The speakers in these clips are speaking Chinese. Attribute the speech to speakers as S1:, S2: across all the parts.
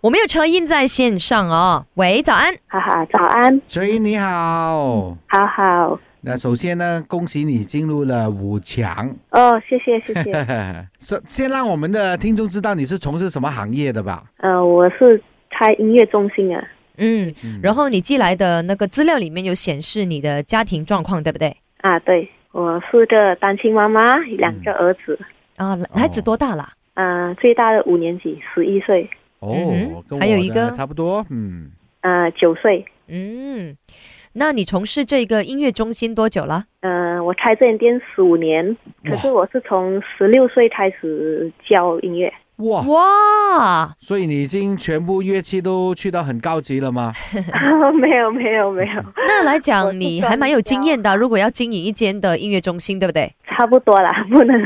S1: 我们有车印在线上哦。喂，早安。
S2: 哈哈，早安，
S3: 所以你好，
S2: 好好，
S3: 那首先呢，恭喜你进入了五强。
S2: 哦，谢谢谢 谢，
S3: 先先让我们的听众知道你是从事什么行业的吧？
S2: 呃，我是开音乐中心啊，
S1: 嗯，
S3: 嗯
S1: 然后你寄来的那个资料里面有显示你的家庭状况，对不对？
S2: 啊，对，我是个单亲妈妈，两个儿子，
S1: 啊，孩子多大啦？
S2: 嗯、最大的五年级，十一岁，
S1: 嗯
S3: 哦
S1: 哼，
S3: 跟
S1: 还
S3: 我
S1: 有一个
S3: 的差不多，嗯，
S2: 呃，九岁，
S1: 嗯，那你从事这个音乐中心多久了？
S2: 嗯、我开这间店十五年，可是我是从十六岁开始教音乐，
S1: 哦
S3: 哇，
S1: 哇，
S3: 所以你已经全部乐器都去到很高级了吗？
S2: 啊没有没有没有，
S1: 那来
S2: 我
S1: 讲
S2: 是
S1: 你还蛮有经验的。如果要经营一间的音乐中心，对不对？
S2: 差不多啦，不能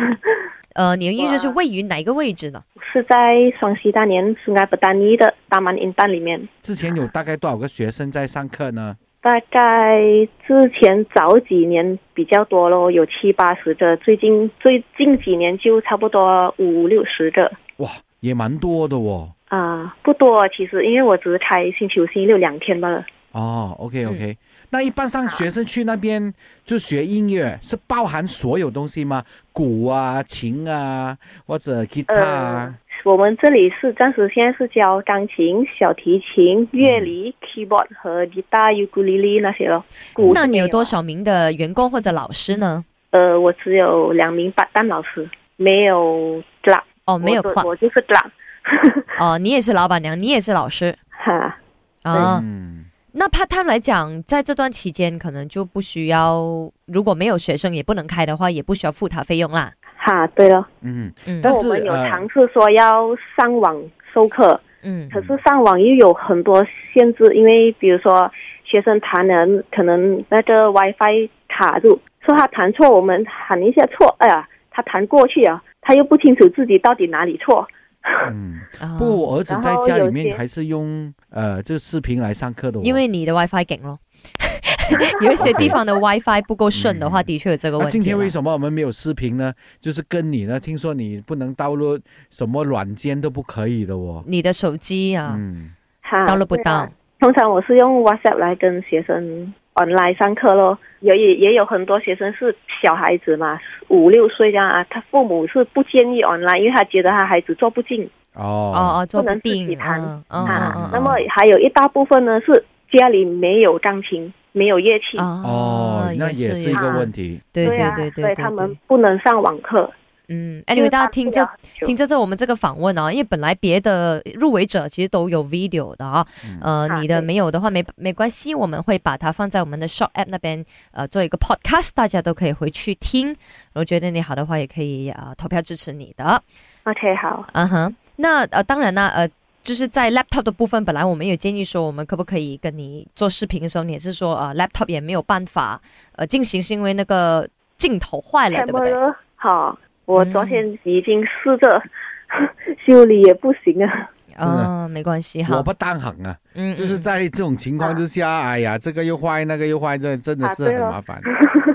S1: 呃，你的音乐是
S2: 哇
S1: 位于哪一个位置呢？
S2: 是在双溪大年苏该不丹尼的大满银蛋里面。
S3: 之前有大概多少个学生在上课呢？
S2: 大概之前早几年比较多咯，有七八十个，最近最近几年就差不多五六十个
S3: 哇，也蛮多的哦。
S2: 啊、不多其实，因为我只是开星期五、星期六两天罢了。
S3: 哦，OK
S1: 嗯
S3: OK，、那一般上学生去那边就学音乐，是包含所有东西吗？鼓啊、琴啊，或者吉他
S2: 呃
S3: 啊。，
S2: 我们这里是暂时现在是教钢琴、小提琴、乐理、keyboard 和吉他、尤克里里那些咯。鼓
S1: 嗯那
S2: 是
S1: 你
S2: 没
S1: 有
S2: 有
S1: 多
S2: 啊？
S1: 少名的员工或者老师呢？
S2: 呃，我只有两名班班老师，没有 c l a
S1: 哦，没有
S2: 我
S1: 跨
S2: 我就是 c l a
S1: 哦，你也是老板娘，你也是老师
S2: 哈，
S1: 啊。
S3: 嗯，
S1: 那 part time 来讲，在这段期间可能就不需要，如果没有学生也不能开的话，也不需要付他费用啦。
S2: 哈，对了。
S3: 嗯，
S1: 嗯
S3: 但
S2: 那我
S3: 是
S2: 们有
S3: 呃
S2: 尝试说要上网授课，
S1: 嗯
S2: 可是上网又有很多限制，因为比如说学生弹人可能那个 WiFi 卡住，说他弹错，我们喊一下错，哎呀，他弹过去啊，他又不清楚自己到底哪里错。
S3: 嗯，
S1: 啊
S3: 不，过我儿子在
S2: 哦然
S3: 家里面
S2: 后有些
S3: 还是用呃这个视频来上课的、哦，
S1: 因为你的 WiFi 梗 咯。 有一些地方的 WiFi 不够顺
S2: 嗯
S1: 的话，的确有这个
S3: 那、
S1: 问题啦。啊
S3: 啊今天为什么我们没有视频呢？就是跟你呢，听说你不能登录什么软件都不可以的哦。
S1: 你的手机啊，
S3: 嗯，
S2: 哈，
S1: 到了不
S2: 对 啊
S1: 到？
S2: 通常我是用 WhatsApp 来跟学生 online 上课咯，也也也有很多学生是小孩子嘛，五六岁这样啊，他父母是不建议 online，因为他觉得他孩子做不进。
S1: 哦
S3: 哦，
S1: 哦，做
S2: 不
S1: 不
S2: 能自己
S1: 定
S2: 弹
S1: 啊，哦
S2: 啊
S1: 哦哦
S2: 那么还有一大部分呢是家里没有钢琴，没有乐器，
S1: 哦，
S3: 那也是一个问
S1: 题。
S3: 题。
S1: 对对
S2: 啊，
S1: 对对
S2: 所
S1: 对，
S2: 以他们
S1: 对
S2: 不能上网课。
S1: 嗯
S2: 因
S1: ，anyway，
S2: 为
S1: 大家
S2: 他
S1: 听
S2: 不
S1: 这
S2: 了很久
S1: 听着这我们这个访问啊，因为本来别的入围者其实都有 video 的啊，
S3: 嗯
S1: 呃，
S2: 啊
S1: 你的
S2: 对
S1: 没有的话没没关系，我们会把它放在我们的 short app 那边，呃，做一个 podcast，大家都可以回去听。如果觉得你好的话，也可以啊、呃投票支持你的。
S2: OK，好，
S1: 嗯哼，那呃，当然啦，呃。就是在 laptop 的部分，本来我们有建议说，我们可不可以跟你做视频的时候，你也是说，呃，laptop 也没有办法，呃，进行是因为那个镜头坏啊了，对不对？
S2: camera，好，我昨天已经试着 修理也不行啊。
S1: 啊、没关系哈
S3: 我，不当行啊，
S1: 嗯，
S3: 就是
S1: 嗯
S3: 在这种情况之下，哎呀，这个又坏，那个又坏，这真的是
S2: 啊
S3: 很
S2: 对哦
S3: 麻烦。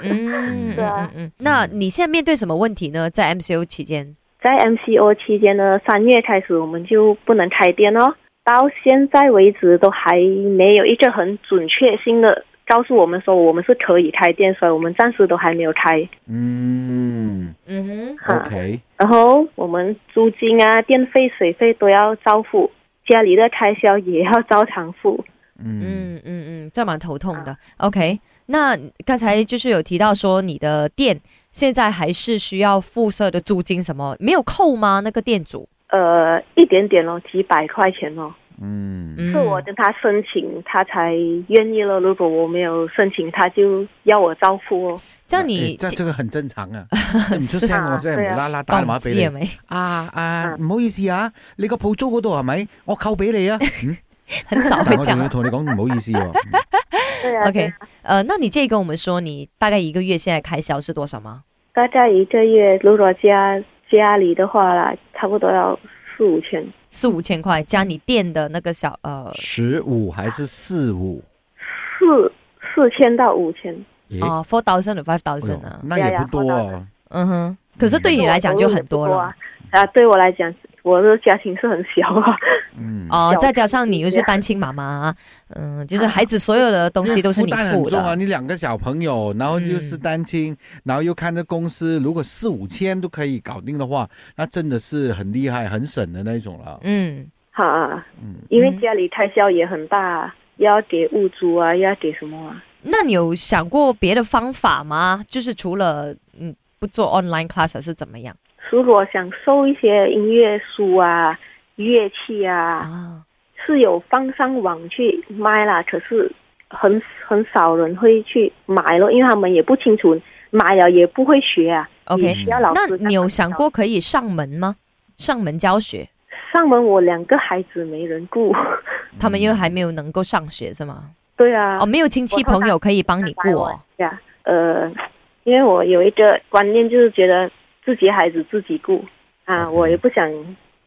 S1: 嗯嗯
S3: 是
S1: 嗯
S2: 啊
S1: 嗯嗯。那你现在面对什么问题呢？在 MCO 期间，
S2: 在 MCO 期间呢，三月开始我们就不能开店哦，到现在为止都还没有一个很准确性的告诉我们说我们是可以开店，所以我们暂时都还没有开。
S3: 嗯
S1: 嗯
S2: 哈。
S3: ，OK，
S2: 然后我们租金啊、电费、水费都要照付，家里的开销也要照常付。
S3: 嗯，
S1: 嗯嗯嗯，这蛮头痛的。OK，那
S2: 啊
S1: 刚才就是有提到说你的店现在还是需要付所有的租金什么，没有扣吗？那个店主，
S2: 呃，一点点咯，几百块钱咯，
S3: 嗯，
S1: 嗯
S2: 是我跟他申请，他才愿意了。如果我没有申请，他就要我照付哦。
S1: 叫你
S3: 哎这这个很正常啊， 你出聲我真係
S2: 對啊
S3: 無啦啦打
S1: 講
S3: 電話
S1: 知
S3: 俾
S1: 係
S3: 你
S1: 咪？嗯
S3: 啊啊，唔好意思啊，你個鋪租嗰度係咪？我扣 俾你啊，嗯
S1: 很少
S3: 但
S1: 会
S3: 我仲
S1: 讲
S3: 要
S1: 啊。
S3: 同你講唔好意 思喎，
S2: 对啊
S1: OK，呃，那你这跟我们说你大概一个月现在开销是多少吗？
S2: 大概一个月，如果家家里的话啦，差不多要四五千，
S1: 四五千块加你店的那个小呃
S3: 十五還是四五？
S2: 四四千到五千。
S3: 咦
S1: 哦 four thousand or five
S3: 哎呦
S1: thousand 啊，
S3: 那也不多啊，
S1: 嗯哼，可是对你来讲就很多
S2: 我收入也不
S1: 了
S2: 啊。。啊，对我来讲，我的家庭是很小啊，
S3: 嗯，
S1: 哦，
S2: 要
S1: 再加上你又
S2: 看一
S1: 是
S2: 下
S1: 单亲妈妈，嗯，
S2: 啊
S1: 就是孩子所有的东西都是你
S3: 负担很
S1: 付
S3: 重啊！
S1: 的，嗯
S3: 你两个小朋友，然后又是单亲，然后又看着公司，如果四五千都可以搞定的话，那真的是很厉害、很省的那一种了。
S1: 嗯，
S2: 哈、
S3: 嗯，
S2: 啊因为
S1: 嗯
S2: 家里开销也很大，又要给物租啊，又要给什么啊？
S1: 那你有想过别的方法吗？就是除了嗯不做 online class 还是怎么样
S2: 如果想收一些音乐书啊、乐器啊，
S1: 啊？
S2: 是有放上网去卖啦，可是很很少人会去买咯，因为他们也不清楚，买了也不会学啊。也
S1: OK，
S3: 嗯
S2: 需要老师
S1: 那
S2: 跟他们
S1: 你有想
S2: 教
S1: 过可以上门吗？上门教学，
S2: 上门？我两个孩子没人顾，
S1: 他们又还没有能够上学是吗？
S2: 对啊。
S1: 哦，没有亲戚
S2: 我说
S1: 朋友可以帮你
S2: 带
S1: 顾
S2: 我
S1: 哦。
S2: 一下，呃，因为我有一个观念，就是觉得自己孩子自己顾啊，
S3: OK
S2: 我也不想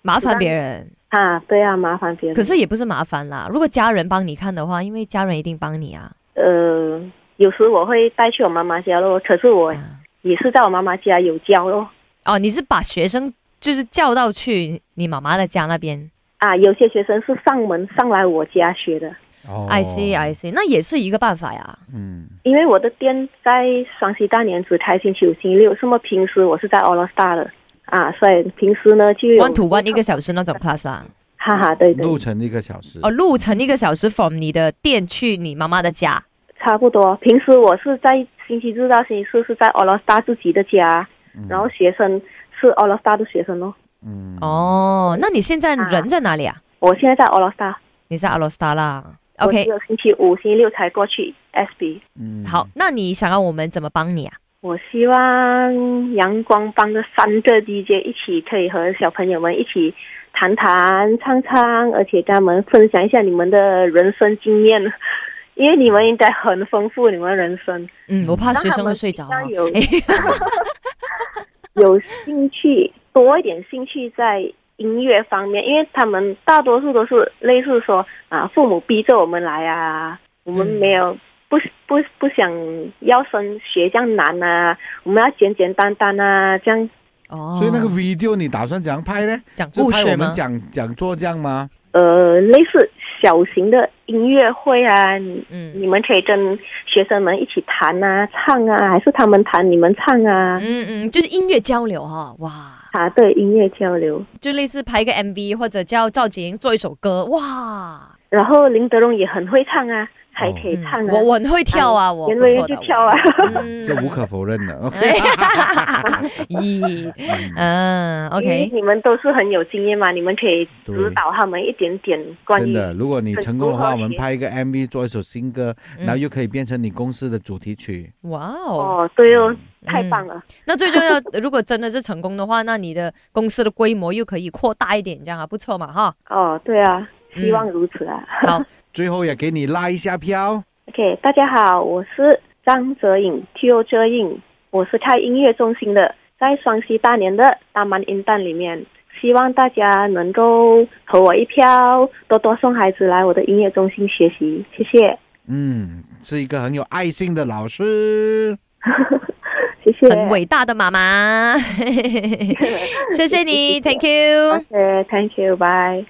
S1: 麻烦
S2: 让
S1: 别人，
S2: 啊，对啊，麻烦别人。
S1: 可是也不是麻烦啦。如果家人帮你看的话，因为家人一定帮你啊。
S2: 呃，有时我会带去我妈妈家咯，可是我
S1: 啊
S2: 也是在我妈妈家有教咯
S1: 哦，你是把学生就是叫到去你妈妈的家那边、
S2: 啊，有些学生是上门上来我家学的，
S3: 哦
S1: i see I see，那也是一个办法呀。
S3: 嗯
S2: 因为我的店在双溪大年只开星期五、星期六，那么平时我是在 All Star 的啊，所以平时呢就有
S1: one to one 一个小时那种 class 啊，
S2: 哈哈，对对，
S3: 路程一个小时
S1: 哦，路程一个小时 from 你的店去你妈妈的家。
S2: 差不多。平时我是在星期日到星期四是在 All Star 自己的家，然后学生是 All Star 的学生咯。
S3: 嗯，
S1: 哦，那你现在
S2: 啊
S1: 人在哪里啊？
S2: 我现在在 All Star，
S1: 你在阿罗斯达啦。
S2: 我只
S1: OK，
S2: 有星期五、星期六才过去 SB。
S3: 嗯
S1: 好，，那你想要我们怎么帮你啊？
S2: 我希望阳光帮的三个 DJ 一起可以和小朋友们一起谈谈、唱唱，而且跟他们分享一下你们的人生经验，因为你们应该很丰富你们人生，
S1: 嗯，我怕
S2: 让
S1: 学
S2: 他
S1: 生会
S2: 们
S1: 睡着啊
S2: 比较有。
S1: 哎
S2: 有兴趣多一点兴趣在音乐方面，因为他们大多数都是类似说啊，父母逼着我们来啊，我们
S1: 嗯
S2: 没有。不不不想要升学这样难啊，我们要简简单单啊，这样
S1: 哦，
S3: 所以那个 video 你打算怎样拍呢？
S1: 讲
S3: 就
S1: 故
S3: 拍
S1: 事
S3: 我们
S1: 吗？
S3: 讲讲座这样吗？
S2: 呃，类似小型的音乐会啊，你
S1: 嗯
S2: 你们可以跟学生们一起弹啊、唱啊，还是他们弹你们唱啊？
S1: 嗯嗯，就是音乐交流哈，哇。
S2: 啊，对，音乐交流。
S1: 就类似拍一个 MV 或者叫赵洁莹做一首歌，哇，
S2: 然后林德荣也很会唱啊，还可以
S1: 嗯
S2: 唱啊，
S1: 我我很会跳啊，我
S2: 袁
S1: 不
S2: 惟仁
S1: 错
S2: 去
S1: 的，
S2: 跳啊。
S1: 嗯
S3: 这无可否认 的。OK，
S1: 咦，嗯
S2: 因为
S1: ，OK，
S2: 你们都是很有经验嘛，你们可以
S3: 对
S2: 指导他们一点点关
S3: 真
S2: 于
S3: 的，如果你成功的话，
S2: 很
S3: 我
S2: 符合
S3: 们
S2: 你
S3: 拍一个 MV，做一首新歌，
S1: 嗯
S3: 然后又可以变成你公司的主题曲。
S1: 哇哦，
S2: 哦，对哦，
S1: 嗯
S2: 太棒了，
S1: 那最重要，如果真的是成功的话，那你的公司的规模又可以扩大一点，这样啊，不错嘛，哈，
S2: 哦，对啊，
S1: 嗯
S2: 希望如此啊。
S1: 好，
S3: 最后也给你拉一下票。
S2: OK，大家好，我是张哲颖 t o 哲颖，我是开音乐中心的，在双溪大连的大曼音蛋里面，希望大家能够投我一票，多多送孩子来我的音乐中心学习，谢谢，
S3: 嗯，是一个很有爱心的老师。
S2: 谢谢，
S1: 很伟大的妈妈，谢谢你，Thank you。
S2: OK，Thank you，bye。